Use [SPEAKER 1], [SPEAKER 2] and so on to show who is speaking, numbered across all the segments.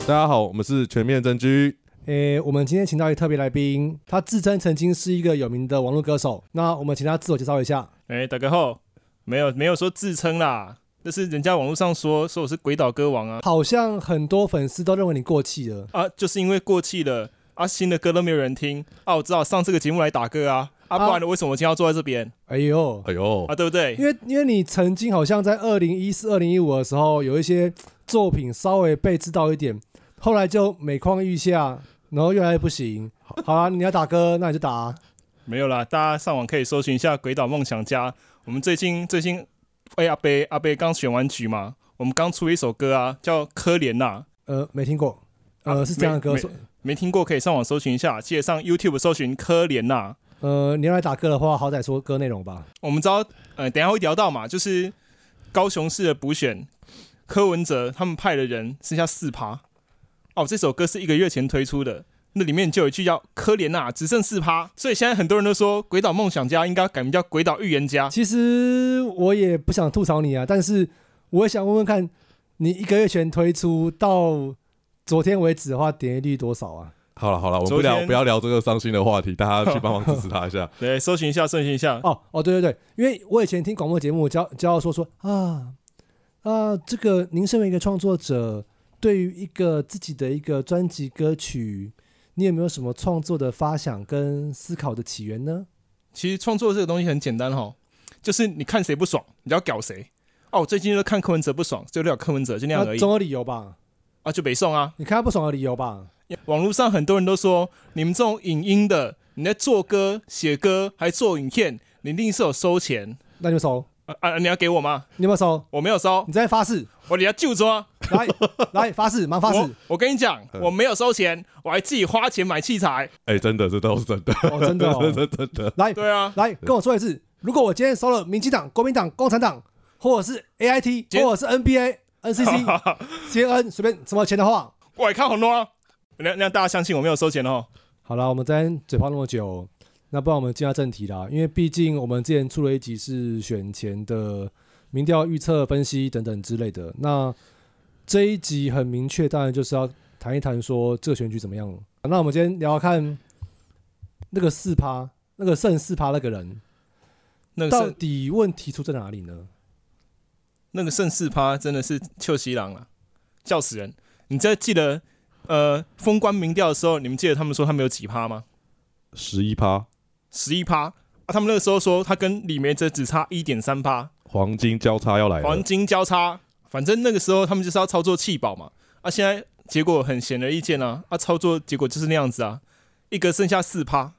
[SPEAKER 1] 大家好，我们是全面真居。
[SPEAKER 2] 诶，我们今天请到一个特别来宾，他自称曾经是一个有名的网络歌手。那我们请他自我介绍一下。
[SPEAKER 3] 哎、大哥后没有没有说自称啦，但是人家网络上说说我是鬼岛歌王啊
[SPEAKER 2] 好像很多粉丝都认为你过气了。
[SPEAKER 3] 啊，就是因为过气了啊，新的歌都没有人听啊，我只好上这个节目来打歌啊啊，不然为什么我今天要坐在这边
[SPEAKER 2] 哎呦，
[SPEAKER 1] 哎呦
[SPEAKER 3] 啊，，对不对？
[SPEAKER 2] 因为因为你曾经好像在二零一四、二零一五的时候，有一些作品稍微被知道一点，后来就每况愈下，然后越来越不行。好啦，你要打歌，那你就打啊、
[SPEAKER 3] 没有啦，大家上网可以搜寻一下《鬼岛梦想家》。我们最近最近，哎、阿贝阿贝刚选完曲嘛，我们刚出了一首歌啊，叫《科怜》呐，
[SPEAKER 2] 呃，没听过，呃，
[SPEAKER 3] 啊
[SPEAKER 2] 是这样的歌
[SPEAKER 3] 没
[SPEAKER 2] 手。
[SPEAKER 3] 没听过可以上网搜寻一下，记得上 YouTube 搜寻《科怜》呐。
[SPEAKER 2] 呃，你要来打歌的话，好歹说歌内容吧。
[SPEAKER 3] 我们知道，呃，等一下会聊到嘛，就是高雄市的补选，柯文哲他们派的人剩下四趴。哦，这首歌是一个月前推出的，那里面就有一句叫“科怜啊呐，只剩四趴”，所以现在很多人都说《鬼岛梦想家》应该改名叫《鬼岛预言家》。
[SPEAKER 2] 其实我也不想吐槽你啊，但是我也想问问看，你一个月前推出到昨天为止的话，点阅率多少啊？
[SPEAKER 1] 好了好了，我们不
[SPEAKER 3] 昨天
[SPEAKER 1] 聊不要聊这个伤心的话题，大家去帮忙支持他一下。
[SPEAKER 3] 对，搜寻一下，搜寻一下。
[SPEAKER 2] 哦哦，对对对，因为我以前听广播节目，教教授说说啊啊，这个您身为一个创作者，对于一个自己的一个专辑歌曲，你有没有什么创作的发想跟思考的起源呢？
[SPEAKER 3] 其实创作这个东西很简单哈，就是你看谁不爽，你就要屌谁。哦，我最近就看柯文哲不爽，就聊柯文哲，就那样而
[SPEAKER 2] 那
[SPEAKER 3] 已
[SPEAKER 2] 总有理由吧？
[SPEAKER 3] 啊，就北宋啊。
[SPEAKER 2] 你看他不爽的理由吧？
[SPEAKER 3] 网络上很多人都说，你们这种影音的，你在做歌、写歌，还做影片，你一定是有收钱
[SPEAKER 2] 那你就收，
[SPEAKER 3] 啊啊！你要给我吗？
[SPEAKER 2] 你有没有收？
[SPEAKER 3] 我没有收，
[SPEAKER 2] 你在发誓，
[SPEAKER 3] 我你要就抓。
[SPEAKER 2] 来来发誓，忙发誓
[SPEAKER 3] 我！我跟你讲，
[SPEAKER 1] 嗯
[SPEAKER 3] 我没有收钱，我还自己花钱买器材。
[SPEAKER 1] 哎、真的，这都是真的，
[SPEAKER 2] 哦，真的
[SPEAKER 1] 这
[SPEAKER 2] 哦，
[SPEAKER 1] 这 真的。
[SPEAKER 2] 来
[SPEAKER 3] 对啊，
[SPEAKER 2] 来跟我说一次，如果我今天收了民进党、国民党、共产党，或者是 A I T，
[SPEAKER 3] 今
[SPEAKER 2] 或者是 N B A、N C C、C N 随便什么钱的话，
[SPEAKER 3] 我还看很多啊。那那大家相信我没有收钱哦。
[SPEAKER 2] 好了，我们在嘴炮那么久，那不然我们进到正题啦，因为毕竟我们之前出了一集是选前的民调预测分析等等之类的，那这一集很明确，当然就是要谈一谈说这个选举怎么样了。那我们今天聊聊看那个四趴，那个剩四趴那个人，
[SPEAKER 3] 那个
[SPEAKER 2] 到
[SPEAKER 3] 剩
[SPEAKER 2] 底问题出在哪里呢？
[SPEAKER 3] 那个盛世趴真的是臭西郎啊，笑死人！你这记得呃封关民调的时候，你们记得他们说他们有几趴吗？
[SPEAKER 1] 十一趴
[SPEAKER 3] 十一趴啊！他们那个时候说他跟李梅哲只差一点三趴，
[SPEAKER 1] 黄金交叉要来了
[SPEAKER 3] 黄，金交叉。反正那个时候他们就是要操作弃保嘛，啊，现在结果很显而易见啊，啊，操作结果就是那样子啊，一个剩下四趴。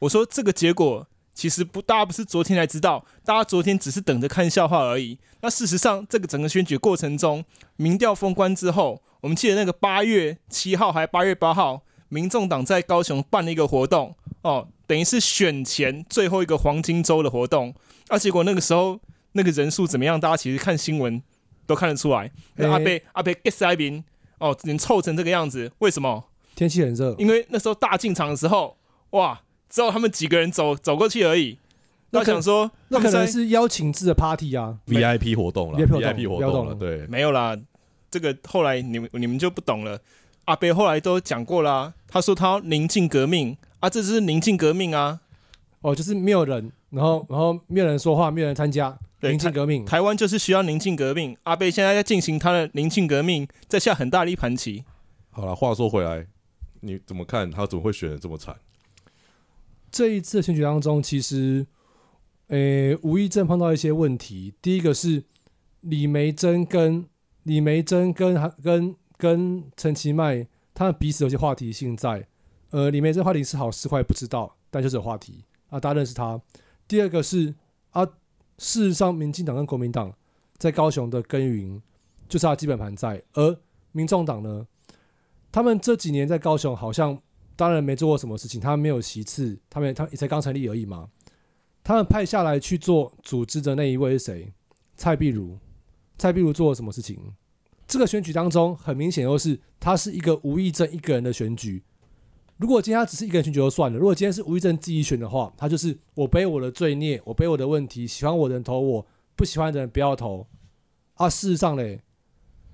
[SPEAKER 3] 我说这个结果其实不，大家不是昨天才知道，大家昨天只是等着看笑话而已。那事实上，这个整个选举过程中，民调封关之后，我们记得那个八月七号还八月八号，民众党在高雄办了一个活动哦，等于是选前最后一个黄金周的活动。啊，结果那个时候那个人数怎么样？大家其实看新闻都看得出来，那
[SPEAKER 2] 诶
[SPEAKER 3] 阿贝阿贝 get 塞宾哦，人臭成这个样子，为什么？
[SPEAKER 2] 天气很热，
[SPEAKER 3] 因为那时候大进场的时候，哇，只有他们几个人走走过去而已。
[SPEAKER 2] 那
[SPEAKER 3] 他
[SPEAKER 2] 可
[SPEAKER 3] 想说，
[SPEAKER 2] 那
[SPEAKER 3] 他们
[SPEAKER 2] 可能
[SPEAKER 3] 在
[SPEAKER 2] 是邀请制的 party 啊。
[SPEAKER 1] VIP 活动了
[SPEAKER 2] VIP
[SPEAKER 1] 活
[SPEAKER 2] 活动
[SPEAKER 1] 动
[SPEAKER 2] 活
[SPEAKER 1] 了，
[SPEAKER 2] 动
[SPEAKER 1] 对，
[SPEAKER 3] 没有啦，这个后来你们你们就不懂了。阿贝后来都讲过啦，他说他要宁静革命啊，这就是宁静革命啊。
[SPEAKER 2] 哦，就是没有人，然后然后没有人说话，没有人参加，
[SPEAKER 3] 对
[SPEAKER 2] 民进革命。
[SPEAKER 3] 台湾就是需要宁静革命，阿贝现在在进行他的宁静革命，在下很大的一盘棋。
[SPEAKER 1] 好了，话说回来，你怎么看他怎么会选的这么惨？
[SPEAKER 2] 这一次的选举当中，其实，呃，无意正碰到一些问题。第一个是李梅珍跟李梅珍跟韩跟跟陈其迈，他们彼此有些话题性在。呃，李梅珍话题是好是坏不知道，但就是有话题啊，大家认识他。第二个是啊，事实上，民进党跟国民党在高雄的耕耘就是他的基本盘在，而民众党呢，他们这几年在高雄好像当然没做过什么事情，他们没有席次，他们他们也才刚成立而已嘛。他们派下来去做组织的那一位是谁？蔡壁如。蔡壁如做了什么事情？这个选举当中，很明显又是他是一个吴益政一个人的选举。如果今天他只是一个人选举就算了，如果今天是吴益政自己选的话，他就是我背我的罪孽，我背我的问题，喜欢我的人投我，不喜欢的人不要投。啊，事实上嘞，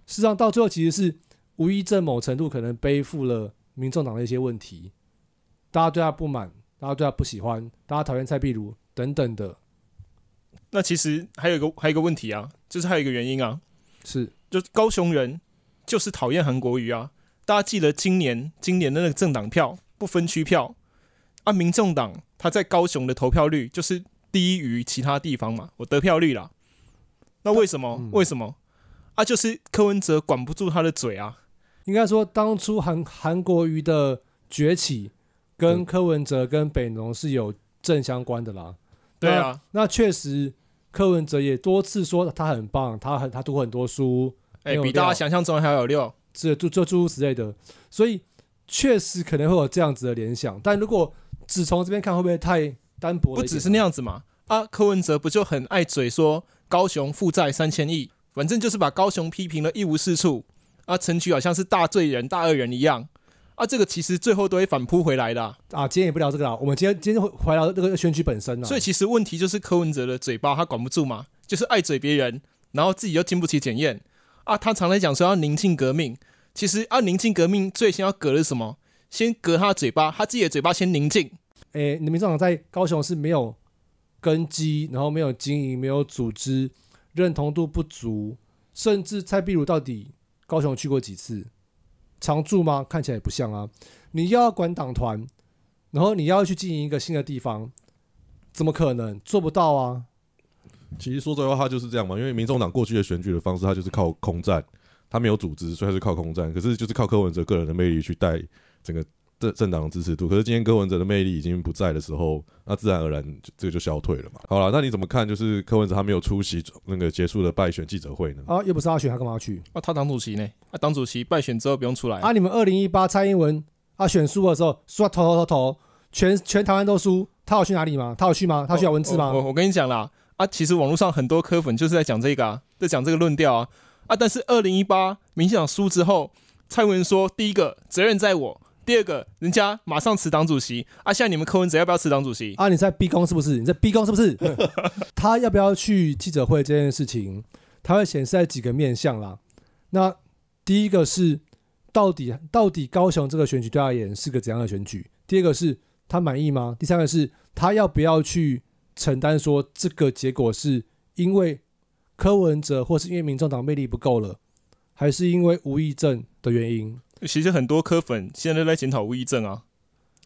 [SPEAKER 2] 事实上到最后其实是吴一正某程度可能背负了民众党的一些问题，大家对他不满，大家对他不喜欢，大家讨厌蔡壁如等等的，
[SPEAKER 3] 那其实还有一个还有一个问题啊，就是还有一个原因啊，
[SPEAKER 2] 是
[SPEAKER 3] 就是高雄人就是讨厌韩国瑜啊。大家记得今年今年的那个政党票不分区票啊，民众党他在高雄的投票率就是低于其他地方嘛，我得票率啦。那为什么？
[SPEAKER 2] 嗯
[SPEAKER 3] 为什么？啊，就是柯文哲管不住他的嘴啊。
[SPEAKER 2] 应该说当初韩韩国瑜的崛起跟
[SPEAKER 1] 对
[SPEAKER 2] 柯文哲跟北农是有正相关的啦。
[SPEAKER 3] 对啊，
[SPEAKER 2] 那确实柯文哲也多次说他很棒，他很他读很多书，
[SPEAKER 3] 哎、
[SPEAKER 2] 没有
[SPEAKER 3] 比大
[SPEAKER 2] 料
[SPEAKER 3] 家想象中还要有料。
[SPEAKER 2] 这就就诸如此类的，所以确实可能会有这样子的联想。但如果只从这边看，会不会太单薄了一
[SPEAKER 3] 不
[SPEAKER 2] 点呢？
[SPEAKER 3] 只是那样子嘛。啊，柯文哲不就很爱嘴说高雄负债三千亿，反正就是把高雄批评的一无是处。啊，陈菊好像是大罪人、大恶人一样。啊，这个其实最后都会反扑回来的啊、
[SPEAKER 2] 啊，今天也不聊这个啦，我们今天今天会回聊这个选举本身啦。
[SPEAKER 3] 所以其实问题就是柯文哲的嘴巴他管不住嘛，就是爱嘴别人，然后自己又经不起检验。啊，他常来讲说要宁静革命，其实啊，宁静革命最先要革的是什么？先革他的嘴巴，他自己的嘴巴先宁静。
[SPEAKER 2] 诶、你们民众党在高雄是没有根基，然后没有经营，没有组织，认同度不足，甚至蔡壁如到底高雄去过几次？常驻吗？看起来也不像啊。你又要管党团，然后你要去经营一个新的地方，怎么可能做不到啊？
[SPEAKER 1] 其实说实话，他就是这样嘛，因为民众党过去的选举的方式，他就是靠空战，他没有组织，所以他是靠空战。可是就是靠柯文哲个人的魅力去带整个政政党的支持度。可是今天柯文哲的魅力已经不在的时候，那自然而然就这个就消退了嘛。好了，那你怎么看？就是柯文哲他没有出席那个结束的败选记者会呢？
[SPEAKER 2] 啊，又不是他选，他干嘛要去？
[SPEAKER 3] 啊，他当主席呢？啊，当主席败选之后不用出来啊
[SPEAKER 2] 啊，你们二零一八蔡英文啊选输的时候，输到头头头头，全全台湾都输，他有去哪里吗？他有去吗？他有去咬文字吗？
[SPEAKER 3] 哦我我我跟你讲啦，啊，其实网络上很多科粉就是在讲这个啊，在讲这个论调啊啊，但是二零一八民进党输之后，蔡英文说，第一个责任在我，第二个人家马上辞党主席啊，现在你们柯文哲要不要辞党主席？
[SPEAKER 2] 啊，你在逼宫是不是？你在逼宫是不是？ 他要不要去记者会这件事情，他会显示在几个面向啦。那第一个是到底到底高雄这个选举对他而言是个怎样的选举？第二个是他满意吗？第三个是他要不要去承担说这个结果是因为柯文哲或是因为民众党魅力不够了，还是因为无意症的原因
[SPEAKER 3] 其实很多科粉现在都在检讨无议症啊。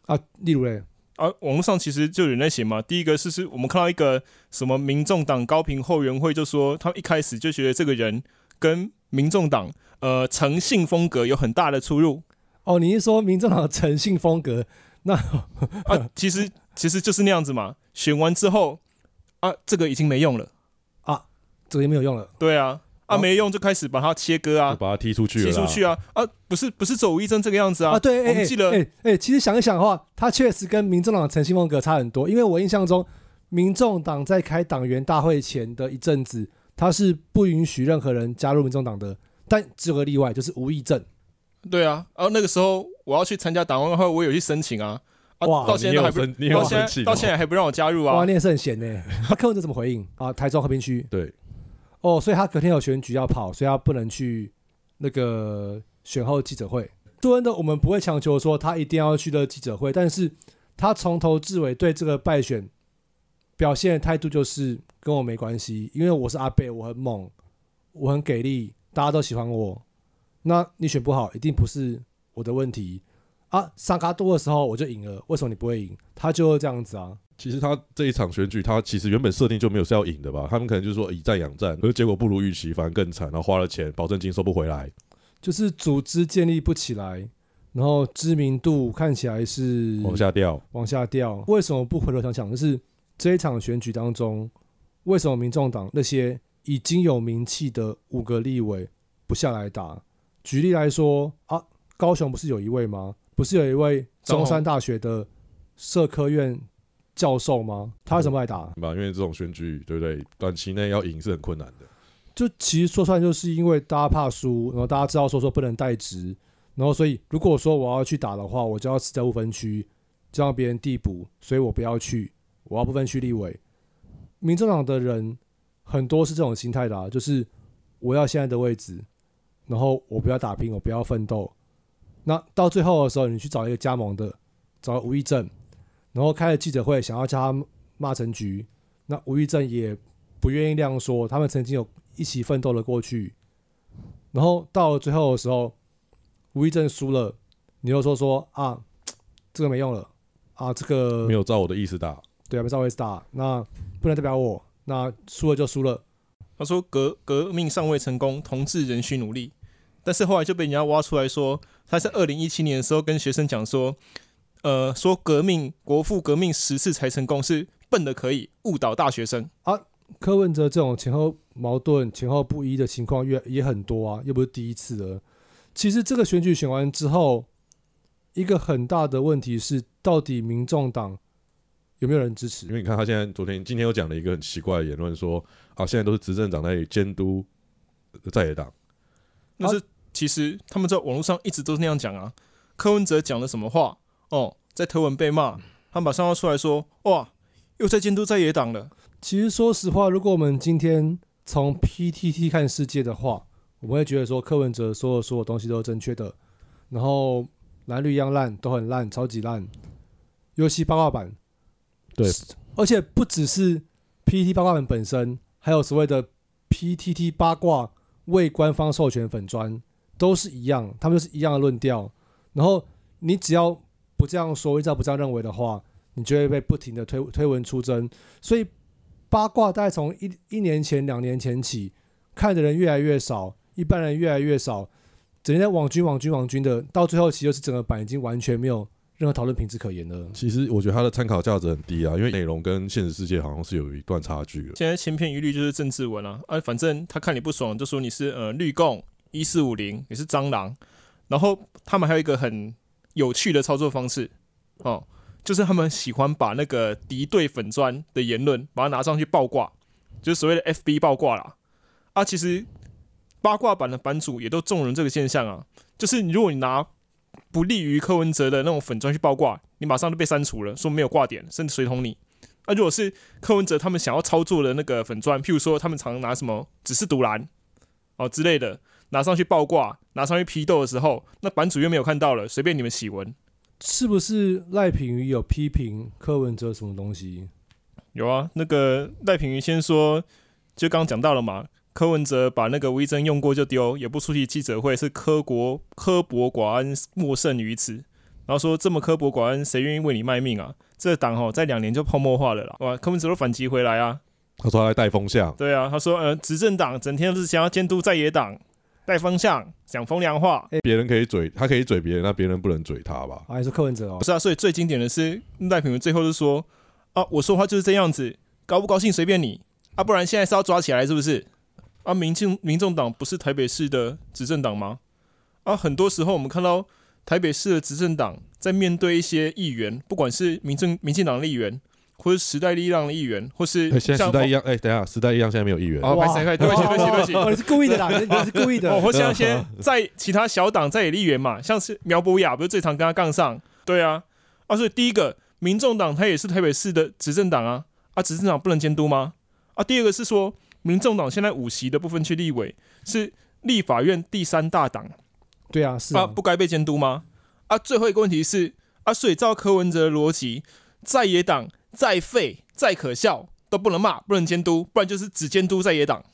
[SPEAKER 2] 啊？例如嘞，
[SPEAKER 3] 啊，网络上其实就有人在写嘛。第一个是是我们看到一个什么民众党高频后援会，就说他们一开始就觉得这个人跟民众党呃诚信风格有很大的出入，
[SPEAKER 2] 哦，你是说民众党的诚信风格
[SPEAKER 3] 啊，其实其实就是那样子嘛。选完之后啊，这个已经没用了。
[SPEAKER 2] 啊这个也没有用了？
[SPEAKER 3] 对啊，啊
[SPEAKER 2] 哦
[SPEAKER 3] 没用就开始把它切割
[SPEAKER 1] 就
[SPEAKER 3] 啊，
[SPEAKER 1] 把他踢出去了
[SPEAKER 3] 踢
[SPEAKER 1] 啦，
[SPEAKER 3] 出去啊啊，不是不是走吴一真这个样子啊
[SPEAKER 2] 啊，。对，哎、
[SPEAKER 3] 我们
[SPEAKER 2] 哎
[SPEAKER 3] 记得
[SPEAKER 2] 哎、哎其实想一想的话，他确实跟民众党的诚信风格差很多。因为我印象中，民众党在开党员大会前的一阵子，他是不允许任何人加入民众党的，但只有个例外，就是吴益政。
[SPEAKER 3] 对啊，然后那个时候我要去参加党外会，我有去申请啊，啊
[SPEAKER 2] 哇
[SPEAKER 3] 到
[SPEAKER 1] 你
[SPEAKER 3] 现
[SPEAKER 1] 也
[SPEAKER 3] 在都还
[SPEAKER 1] 有
[SPEAKER 3] 不
[SPEAKER 1] 生，你也
[SPEAKER 3] 到
[SPEAKER 1] 有
[SPEAKER 3] 现
[SPEAKER 1] 生
[SPEAKER 3] 在
[SPEAKER 1] 气
[SPEAKER 3] 到
[SPEAKER 1] 哦，
[SPEAKER 3] 现在还不让我加入
[SPEAKER 2] 哇，
[SPEAKER 3] 啊。
[SPEAKER 2] 你也是很闲呢、那、柯文哲怎么回应啊？台中和平区
[SPEAKER 1] 对，
[SPEAKER 2] 哦，所以他隔天有选举要跑，所以他不能去那个选后记者会。杜恩的我们不会强求说他一定要去的记者会，但是他从头至尾对这个败选表现的态度就是跟我没关系，因为我是阿贝，我很猛，我很给力，大家都喜欢我。那你选不好，一定不是我的问题啊！萨卡多的时候我就赢了，为什么你不会赢？他就是这样子啊。
[SPEAKER 1] 其实他这一场选举，他其实原本设定就没有是要赢的吧？他们可能就是说以战养战，可是结果不如预期，反而更惨，然后花了钱，保证金收不回来，
[SPEAKER 2] 就是组织建立不起来，然后知名度看起来是
[SPEAKER 1] 往下掉。
[SPEAKER 2] 往下掉。为什么不回头想想？就是这一场选举当中，为什么民众党那些已经有名气的五个立委不下来打？举例来说啊，高雄不是有一位吗？不是有一位
[SPEAKER 3] 张宏
[SPEAKER 2] 中山大学的社科院教授吗？他为什么不来打？
[SPEAKER 1] 吧？因为这种选举，对不对？短期内要赢是很困难的。
[SPEAKER 2] 就其实说出来，就是因为大家怕输，然后大家知道说说不能代职，然后所以如果说我要去打的话，我就要吃在不分区，就让别人递补，所以我不要去，我要不分区立委。民众党的人很多是这种心态的、啊，就是我要现在的位置，然后我不要打拼，我不要奋斗。那到最后的时候，你去找一个加盟的，找吴益正，然后开了记者会，想要叫他骂陈局，那吴益正也不愿意亮说，他们曾经有一起奋斗的过去。然后到了最后的时候，吴益正输了，你又说说啊，这个没用了啊，这个
[SPEAKER 1] 没有照我的意思打，
[SPEAKER 2] 对啊，被稍微打，那不能代表我，那输了就输了。
[SPEAKER 3] 他说革革命尚未成功，同志仍需努力。但是后来就被人家挖出来说，他在二零一七年的时候跟学生讲说，呃，说革命国父革命十次才成功是笨的可以误导大学生。
[SPEAKER 2] 柯文哲这种前后矛盾、前后不一的情况越也很多啊，又不是第一次了。其实这个选举选完之后，一个很大的问题是，到底民众党有没有人支持
[SPEAKER 1] 因？为你看他现在昨天今天又讲了一个很奇怪的言论，说啊，现在都是执政党在监督呃在野党，
[SPEAKER 3] 但是其实他们在网络上一直都是那样讲啊。柯文哲讲了什么话？哦，在推文被骂，他马上要出来说，哇，又在监督在野党了。
[SPEAKER 2] 其实说实话，如果我们今天从 PTT 看世界的话，我们会觉得说柯文哲说的所有东西都是正确的，然后蓝绿一样烂，都很烂，超级烂。尤其八卦版，
[SPEAKER 1] 对，
[SPEAKER 2] 而且不只是 PTT 八卦版本身，还有所谓的 PTT 八卦未官方授权粉砖，都是一样，他们就是一样的论调。然后你只要不这样说，一直不这样认为的话，你就会被不停的推推文出征。所以八卦大概从一一年前、两年前起，看的人越来越少，一般人越来越少，整天在网军、网军、网军的，到最后其实就是整个版已经完全没有任何讨论品质可言了。
[SPEAKER 1] 其实我觉得它的参考价值很低啊，因为内容跟现实世界好像是有一段差距的。
[SPEAKER 3] 现在千篇一律就是政治文啊，啊，反正他看你不爽就说你是呃绿共一四五零，你是蟑螂。然后他们还有一个很有趣的操作方式哦，就是他们喜欢把那个敌对粉砖的言论把它拿上去爆挂，就是所谓的 FB 爆挂啦。啊，其实八卦版的版主也都纵容这个现象啊，就是你如果你拿不利于柯文哲的那种粉砖去爆挂，你马上就被删除了，说没有挂点，甚至随同你。啊，如果是柯文哲他们想要操作的那个粉砖，譬如说他们常拿什么只是独蓝哦之类的，拿上去爆挂，拿上去批斗的时候，那版主又没有看到了，随便你们洗文。
[SPEAKER 2] 是不是赖品妤有批评柯文哲什么东西？
[SPEAKER 3] 有啊，那个赖品妤先说，就刚刚讲到了嘛，柯文哲把那个吴一真用过就丢，也不出席记者会，是柯国刻薄寡恩，莫甚于此。然后说这么刻薄寡恩，谁愿意为你卖命啊？这党哦，在两年就泡沫化了啦。哇，柯文哲都反击回来啊，
[SPEAKER 1] 他说他在带风向，
[SPEAKER 3] 对啊，他说，呃，执政党整天都是想要监督在野党，带风向，讲风凉话。
[SPEAKER 1] 别人可以嘴，他可以嘴别人，那别人不能嘴他吧？
[SPEAKER 2] 啊，你说柯文哲哦
[SPEAKER 3] 不？是啊，所以最经典的是赖品妤最后就说，啊，我说话就是这样子，高不高兴随便你，啊，不然现在是要抓起来是不是？啊，民进民众党不是台北市的执政党吗？啊，很多时候我们看到台北市的执政党在面对一些议员，不管是民政民进党的议员，或是时代力量的议员，或是
[SPEAKER 1] 哎现在
[SPEAKER 3] 嗯像
[SPEAKER 1] 时代一样，哎、等一下时代一样，现在没有议员，
[SPEAKER 3] 哦
[SPEAKER 2] 哇
[SPEAKER 3] 拍谁拍对不起对不起对不起
[SPEAKER 2] 哦，你是故意的啦，你你是故意
[SPEAKER 3] 哦，
[SPEAKER 2] 的。
[SPEAKER 3] 或是那些
[SPEAKER 2] 嗯
[SPEAKER 3] 在其他小党在野立员嘛，像是苗博雅，不是最常跟他杠上？对啊，啊，所以第一个，民众党它也是台北市的执政党啊，啊，执政党不能监督吗？啊，第二个是说，民众党现在五席的部分区立委是立法院第三大党，
[SPEAKER 2] 对啊，是
[SPEAKER 3] 啊，
[SPEAKER 2] 啊，
[SPEAKER 3] 不该被监督吗？啊，最后一个问题是啊，所以照柯文哲的逻辑，在野党再废再可笑都不能骂，不能监督，不然就是只监督在野党，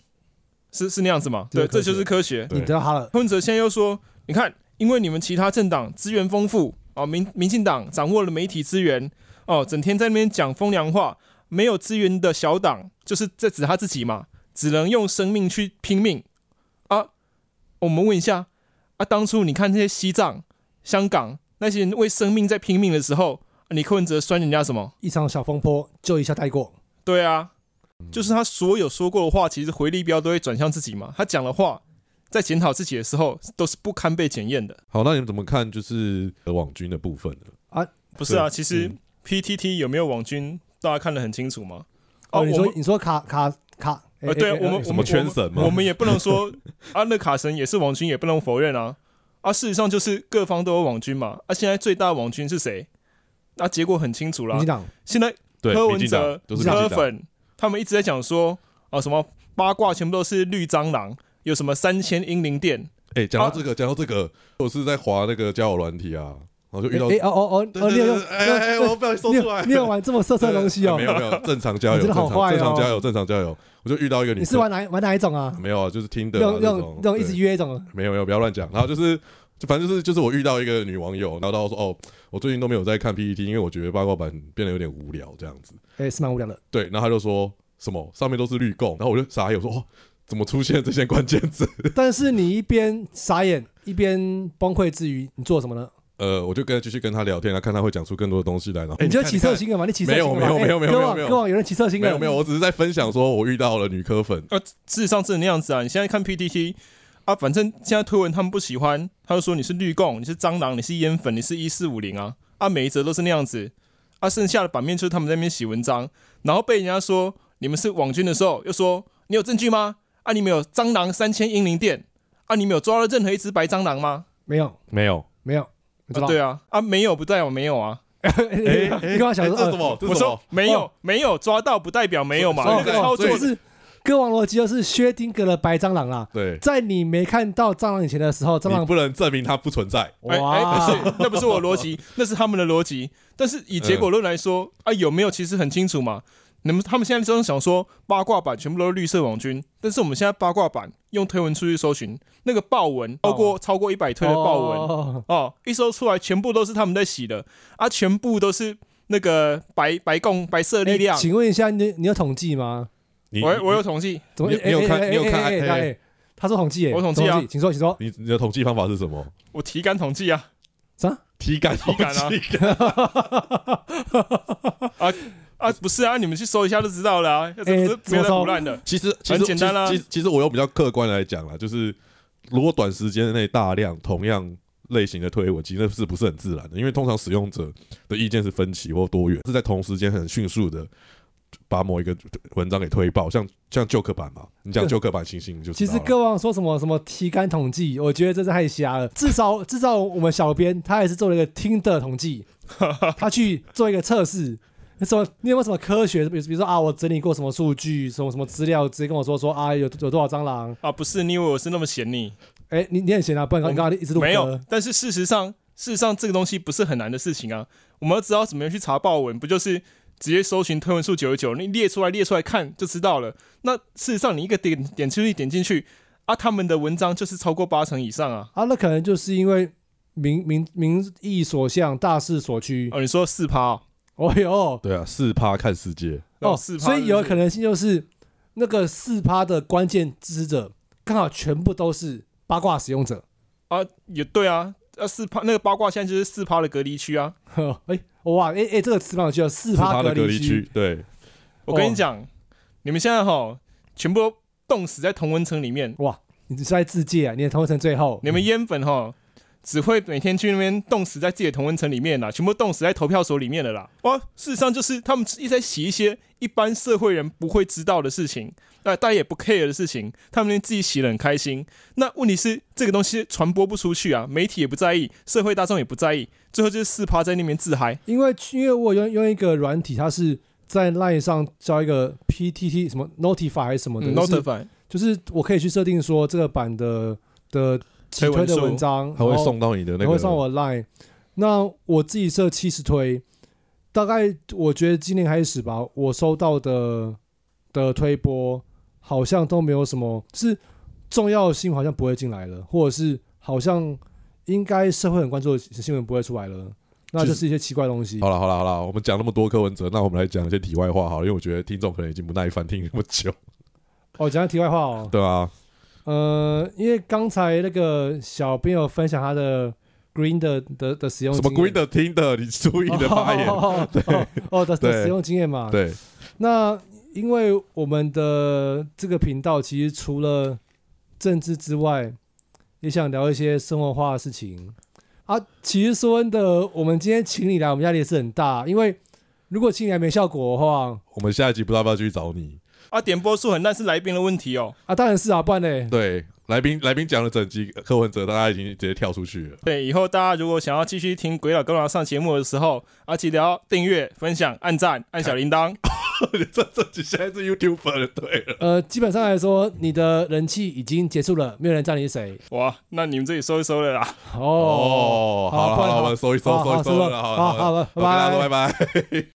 [SPEAKER 3] 是是那样子吗？
[SPEAKER 2] 这
[SPEAKER 3] 对，
[SPEAKER 2] 是科
[SPEAKER 3] 这
[SPEAKER 2] 学
[SPEAKER 3] 就是科学。
[SPEAKER 2] 你
[SPEAKER 1] 对
[SPEAKER 2] 得到他了。
[SPEAKER 3] 柯文哲现在又说，你看，因为你们其他政党资源丰富啊，民民进党掌握了媒体资源哦，整天在那边讲风凉话，没有资源的小党就是在指他自己嘛，只能用生命去拼命啊。我们问一下啊，当初你看那些西藏、香港那些人为生命在拼命的时候，你柯文哲酸人家什么？
[SPEAKER 2] 一场小风波就一下带过，
[SPEAKER 3] 对啊，就是他所有说过的话，其实回力镖都会转向自己嘛。他讲的话，在检讨自己的时候，都是不堪被检验的。
[SPEAKER 1] 好，那你们怎么看就是呃网军的部分呢？
[SPEAKER 3] 不是啊，
[SPEAKER 1] 对嗯
[SPEAKER 3] 其实 PTT 有没有网军，大家看得很清楚吗？
[SPEAKER 2] 哦，你
[SPEAKER 3] 我
[SPEAKER 2] 说
[SPEAKER 3] 们
[SPEAKER 2] 你说卡卡卡，哎
[SPEAKER 3] 呃，对
[SPEAKER 2] 哎哎
[SPEAKER 3] 我们
[SPEAKER 2] 哎
[SPEAKER 1] 什么圈神吗
[SPEAKER 3] 我们也不能说 啊，那卡神也是网军，也不能否认啊。啊，事实上就是各方都有网军嘛。啊，现在最大的网军是谁？那、结果很清楚
[SPEAKER 2] 民
[SPEAKER 3] 啦
[SPEAKER 2] 进。党
[SPEAKER 3] 现在
[SPEAKER 1] 对，
[SPEAKER 3] 柯
[SPEAKER 1] 民
[SPEAKER 3] 文
[SPEAKER 1] 进党
[SPEAKER 3] 哲、
[SPEAKER 1] 就是民
[SPEAKER 3] 柯
[SPEAKER 1] 进党，
[SPEAKER 3] 粉，他们一直在讲说啊，什么八卦全部都是绿蟑螂，有什么三千英灵殿
[SPEAKER 1] 哎，讲到这个，讲到这个，我是在滑那个交友软体啊，然后就遇到
[SPEAKER 2] 哎，哦哦哦
[SPEAKER 1] 对
[SPEAKER 2] 哦，
[SPEAKER 1] 对
[SPEAKER 2] 你有
[SPEAKER 1] 对，哎哎哎，我不小心说
[SPEAKER 2] 你
[SPEAKER 1] 出来
[SPEAKER 2] 有，你有玩这么色色的东西哦
[SPEAKER 1] 呃没？有没 有，正常交友，
[SPEAKER 2] 你真的
[SPEAKER 1] 正
[SPEAKER 2] 好
[SPEAKER 1] 常
[SPEAKER 2] 坏哦
[SPEAKER 1] 正常交友，正常交友，我就遇到一个女
[SPEAKER 2] 你是
[SPEAKER 1] 生，
[SPEAKER 2] 玩哪玩哪一种啊？
[SPEAKER 1] 没有啊，就是听的
[SPEAKER 2] 用
[SPEAKER 1] 那
[SPEAKER 2] 用
[SPEAKER 1] 种，
[SPEAKER 2] 用一
[SPEAKER 1] 对
[SPEAKER 2] 直约一种，啊
[SPEAKER 1] 没有没有，不要乱讲。然后就是，就反正就是就是我遇到一个女网友，然后到说哦，我最近都没有在看 PPT，因为我觉得八卦版变得有点无聊这样子。
[SPEAKER 2] 哎，是蛮无聊 的。
[SPEAKER 1] 对，然后她就说什么上面都是绿供，然后我就傻眼，我说哦，怎么出现这些关键字？
[SPEAKER 2] 但是你一边傻眼一边崩溃之余，你做什么呢？
[SPEAKER 1] 呃，我就跟继续跟她聊天，然后啊看她会讲出更多的东西来。然后哎
[SPEAKER 2] 你就
[SPEAKER 1] 看
[SPEAKER 2] 起
[SPEAKER 1] 看
[SPEAKER 2] 色心了嘛？你起色心了嘛
[SPEAKER 1] 没有没有
[SPEAKER 2] 哎
[SPEAKER 1] 没有没有
[SPEAKER 2] 歌王
[SPEAKER 1] 没有
[SPEAKER 2] 歌王有人起色心了，
[SPEAKER 1] 没有没有，我只是在分享说我遇到了女科粉，
[SPEAKER 3] 呃，事实上真的那样子啊。你现在看 PTT 啊，反正现在推文他们不喜欢，他就说你是绿供，你是蟑螂，你是烟粉，你是一四五零啊啊，每一则都是那样子啊。剩下的版面就是他们在那边写文章，然后被人家说你们是网军的时候，又说你有证据吗？啊，你们有蟑螂三千英灵殿啊，你们有抓到任何一只白蟑螂吗？
[SPEAKER 2] 没有
[SPEAKER 1] 没有。
[SPEAKER 2] 没有，你知
[SPEAKER 3] 啊
[SPEAKER 2] 道？
[SPEAKER 3] 对啊，啊没有不代表没有啊。
[SPEAKER 1] 哎，
[SPEAKER 2] 你刚刚想
[SPEAKER 1] 哎
[SPEAKER 2] 说
[SPEAKER 1] 这
[SPEAKER 2] 呃
[SPEAKER 1] 是什么？这是什么
[SPEAKER 3] 我说？没有没有抓到不代表没有嘛，
[SPEAKER 1] 所以
[SPEAKER 3] 那个
[SPEAKER 1] 所以
[SPEAKER 3] 操
[SPEAKER 1] 所
[SPEAKER 3] 作
[SPEAKER 1] 以
[SPEAKER 2] 就。是歌王逻辑就是薛定谔的白蟑螂啦，
[SPEAKER 1] 对，
[SPEAKER 2] 在你没看到蟑螂以前的时候，蟑
[SPEAKER 1] 你
[SPEAKER 2] 螂
[SPEAKER 1] 不能证明它不存在。
[SPEAKER 3] 哎哎，不
[SPEAKER 2] 哇，
[SPEAKER 3] 是，那不是我逻辑，那是他们的逻辑。但是以结果论来说，啊，有没有其实很清楚嘛？那么他们现在真想说八卦版全部都是绿色网军，但是我们现在八卦版用推文出去搜寻，那个爆文超过超过一百推的爆文
[SPEAKER 2] 文，
[SPEAKER 3] 哦，一搜出来全部都是他们在洗的啊，全部都是那个白白共白色力量
[SPEAKER 2] 哎。请问一下，你你有统计吗？
[SPEAKER 1] 你
[SPEAKER 3] 我我有统计，
[SPEAKER 2] 怎么
[SPEAKER 1] 你
[SPEAKER 2] 哎
[SPEAKER 1] 你有
[SPEAKER 2] 哎
[SPEAKER 1] 看
[SPEAKER 2] 哎
[SPEAKER 1] 你有看
[SPEAKER 2] 哎哎
[SPEAKER 1] 哎
[SPEAKER 2] 哎哎哎他说统计耶，
[SPEAKER 3] 我统计啊
[SPEAKER 2] 什么请说，请说。
[SPEAKER 1] 你你的统计方法是什么？
[SPEAKER 3] 我体感统计啊
[SPEAKER 1] 体感
[SPEAKER 3] 体感啊
[SPEAKER 1] 统 计
[SPEAKER 3] 啊，不是啊，你们去搜一下就知道了啊，这不是没有在胡乱的。
[SPEAKER 1] 其实其实
[SPEAKER 3] 很简单啊啦
[SPEAKER 1] 其实其实我用比较客观来讲啦，就是如果短时间内大量同样类型的推文，其实是不是很自然的？因为通常使用者的意见是分歧或多元，是在同时间很迅速的把某一个文章给推爆，像像旧刻版嘛，你讲旧刻版星星你就知
[SPEAKER 2] 其
[SPEAKER 1] 道
[SPEAKER 2] 实
[SPEAKER 1] 了
[SPEAKER 2] 歌王说什么什么体感统计，我觉得这是太瞎了。至少至少我们小编他还是做了一个听的统计，他去做一个测试。什么？你有没有什么科学？比如比如说啊，我整理过什么数据，什么什么资料，直接跟我说说啊，有有多少蟑螂？
[SPEAKER 3] 啊，不是，你以为我是那么闲你？
[SPEAKER 2] 哎、你你很闲啊，不然你刚刚一直录歌
[SPEAKER 3] 没有，但是事实上，事实上这个东西不是很难的事情啊。我们要知道怎么样去查报文，不就是直接搜寻推文数九十九，你列出来列出来看就知道了。那事实上，你一个点点进去点进去啊，他们的文章就是超过八成以上啊。
[SPEAKER 2] 啊？那可能就是因为民民民意所向，大势所趋。
[SPEAKER 3] 哦，你说四趴哦，
[SPEAKER 2] 哦哟，
[SPEAKER 1] 对啊，四趴看世界，
[SPEAKER 2] 哦，
[SPEAKER 3] 四趴，
[SPEAKER 2] 所以有可能性就是那个四趴的关键支持者，刚好全部都是八卦使用者。
[SPEAKER 3] 啊，也对啊，啊四趴那个八卦现在就是四趴的隔离区啊。
[SPEAKER 2] 呵，哎、哇，哎、哎、这个词蛮有趣的，四
[SPEAKER 1] 四
[SPEAKER 2] 趴
[SPEAKER 1] 趴的隔
[SPEAKER 2] 离
[SPEAKER 1] 离区，，对，
[SPEAKER 3] 我跟
[SPEAKER 2] 哦
[SPEAKER 3] 你讲，你们现在哈全部都冻死在同温层里面，
[SPEAKER 2] 你是在自界啊？你的同城最后，
[SPEAKER 3] 你们烟粉哈，只会每天去那边冻死在自己的同温层里面啦，全部冻死在投票所里面了啦。哇，事实上就是他们一直在洗一些一般社会人不会知道的事情，那大家也不 care 的事情，他们自己洗得很开心。那问题是这个东西传播不出去啊，媒体也不在意，社会大众也不在意，最后就是四趴在那边自嗨。
[SPEAKER 2] 因为因为我用用一个软体，它是在 LINE 上交一个 PTT 什么 Notify 还是什么的，
[SPEAKER 3] 嗯
[SPEAKER 2] 就是
[SPEAKER 3] Notify
[SPEAKER 2] 就是我可以去设定说这个版的的起
[SPEAKER 3] 推文
[SPEAKER 2] 推的
[SPEAKER 3] 数
[SPEAKER 2] 文章，哦
[SPEAKER 1] 它会
[SPEAKER 2] 然后
[SPEAKER 1] 送到你的那
[SPEAKER 2] 他
[SPEAKER 1] 个
[SPEAKER 2] 会上我的 Line。那我自己设七十推，大概我觉得今年开始吧，我收到的的推播好像都没有什么，是重要的新闻好像不会进来了，或者是好像应该社会很关注的新闻不会出来了，那就是一些奇怪的东西。
[SPEAKER 1] 好了好了好了，我们讲那么多柯文哲，那我们来讲一些题外话好了，因为我觉得听众可能已经不耐烦听那么久，
[SPEAKER 2] 哦，讲个题外话哦，
[SPEAKER 1] 对啊，
[SPEAKER 2] 呃，因为刚才那个小朋友分享他的 Green 的的的使用
[SPEAKER 1] 什么
[SPEAKER 2] 经验
[SPEAKER 1] Green 的听的，你注意你的发言，
[SPEAKER 2] 哦哦哦哦哦的的
[SPEAKER 1] 对
[SPEAKER 2] 使用经验嘛，
[SPEAKER 1] 对。
[SPEAKER 2] 那因为我们的这个频道其实除了政治之外，也想聊一些生活化的事情啊。其实说真的，我们今天请你来，我们压力也是很大，因为如果请你来没效果的话，
[SPEAKER 1] 我们下一集不知道要不要去找你。
[SPEAKER 3] 啊，点播数很烂是来宾的问题哦。
[SPEAKER 2] 啊，当然是啊，不然嘞，
[SPEAKER 1] 对，来宾来宾讲了整集柯文哲，大家已经直接跳出去了。
[SPEAKER 3] 对，以后大家如果想要继续听鬼佬跟我上节目的时候，啊，记得要订阅、分享、按赞、按小铃铛。
[SPEAKER 1] 这这这现在是 YouTuber 了，对了，
[SPEAKER 2] 呃，基本上来说，你的人气已经结束了，没有人知道你是谁。
[SPEAKER 3] 哇，那你们自己收一收了啦。
[SPEAKER 2] 哦，
[SPEAKER 1] 好了
[SPEAKER 2] 不
[SPEAKER 1] 好
[SPEAKER 2] 然
[SPEAKER 1] 了，我们收一收，
[SPEAKER 2] 好
[SPEAKER 1] 收
[SPEAKER 2] 好
[SPEAKER 1] 一收
[SPEAKER 2] 了
[SPEAKER 1] 了，
[SPEAKER 2] 好好了，
[SPEAKER 1] OK，大家都
[SPEAKER 2] 拜
[SPEAKER 1] 拜
[SPEAKER 2] 拜。
[SPEAKER 1] 拜。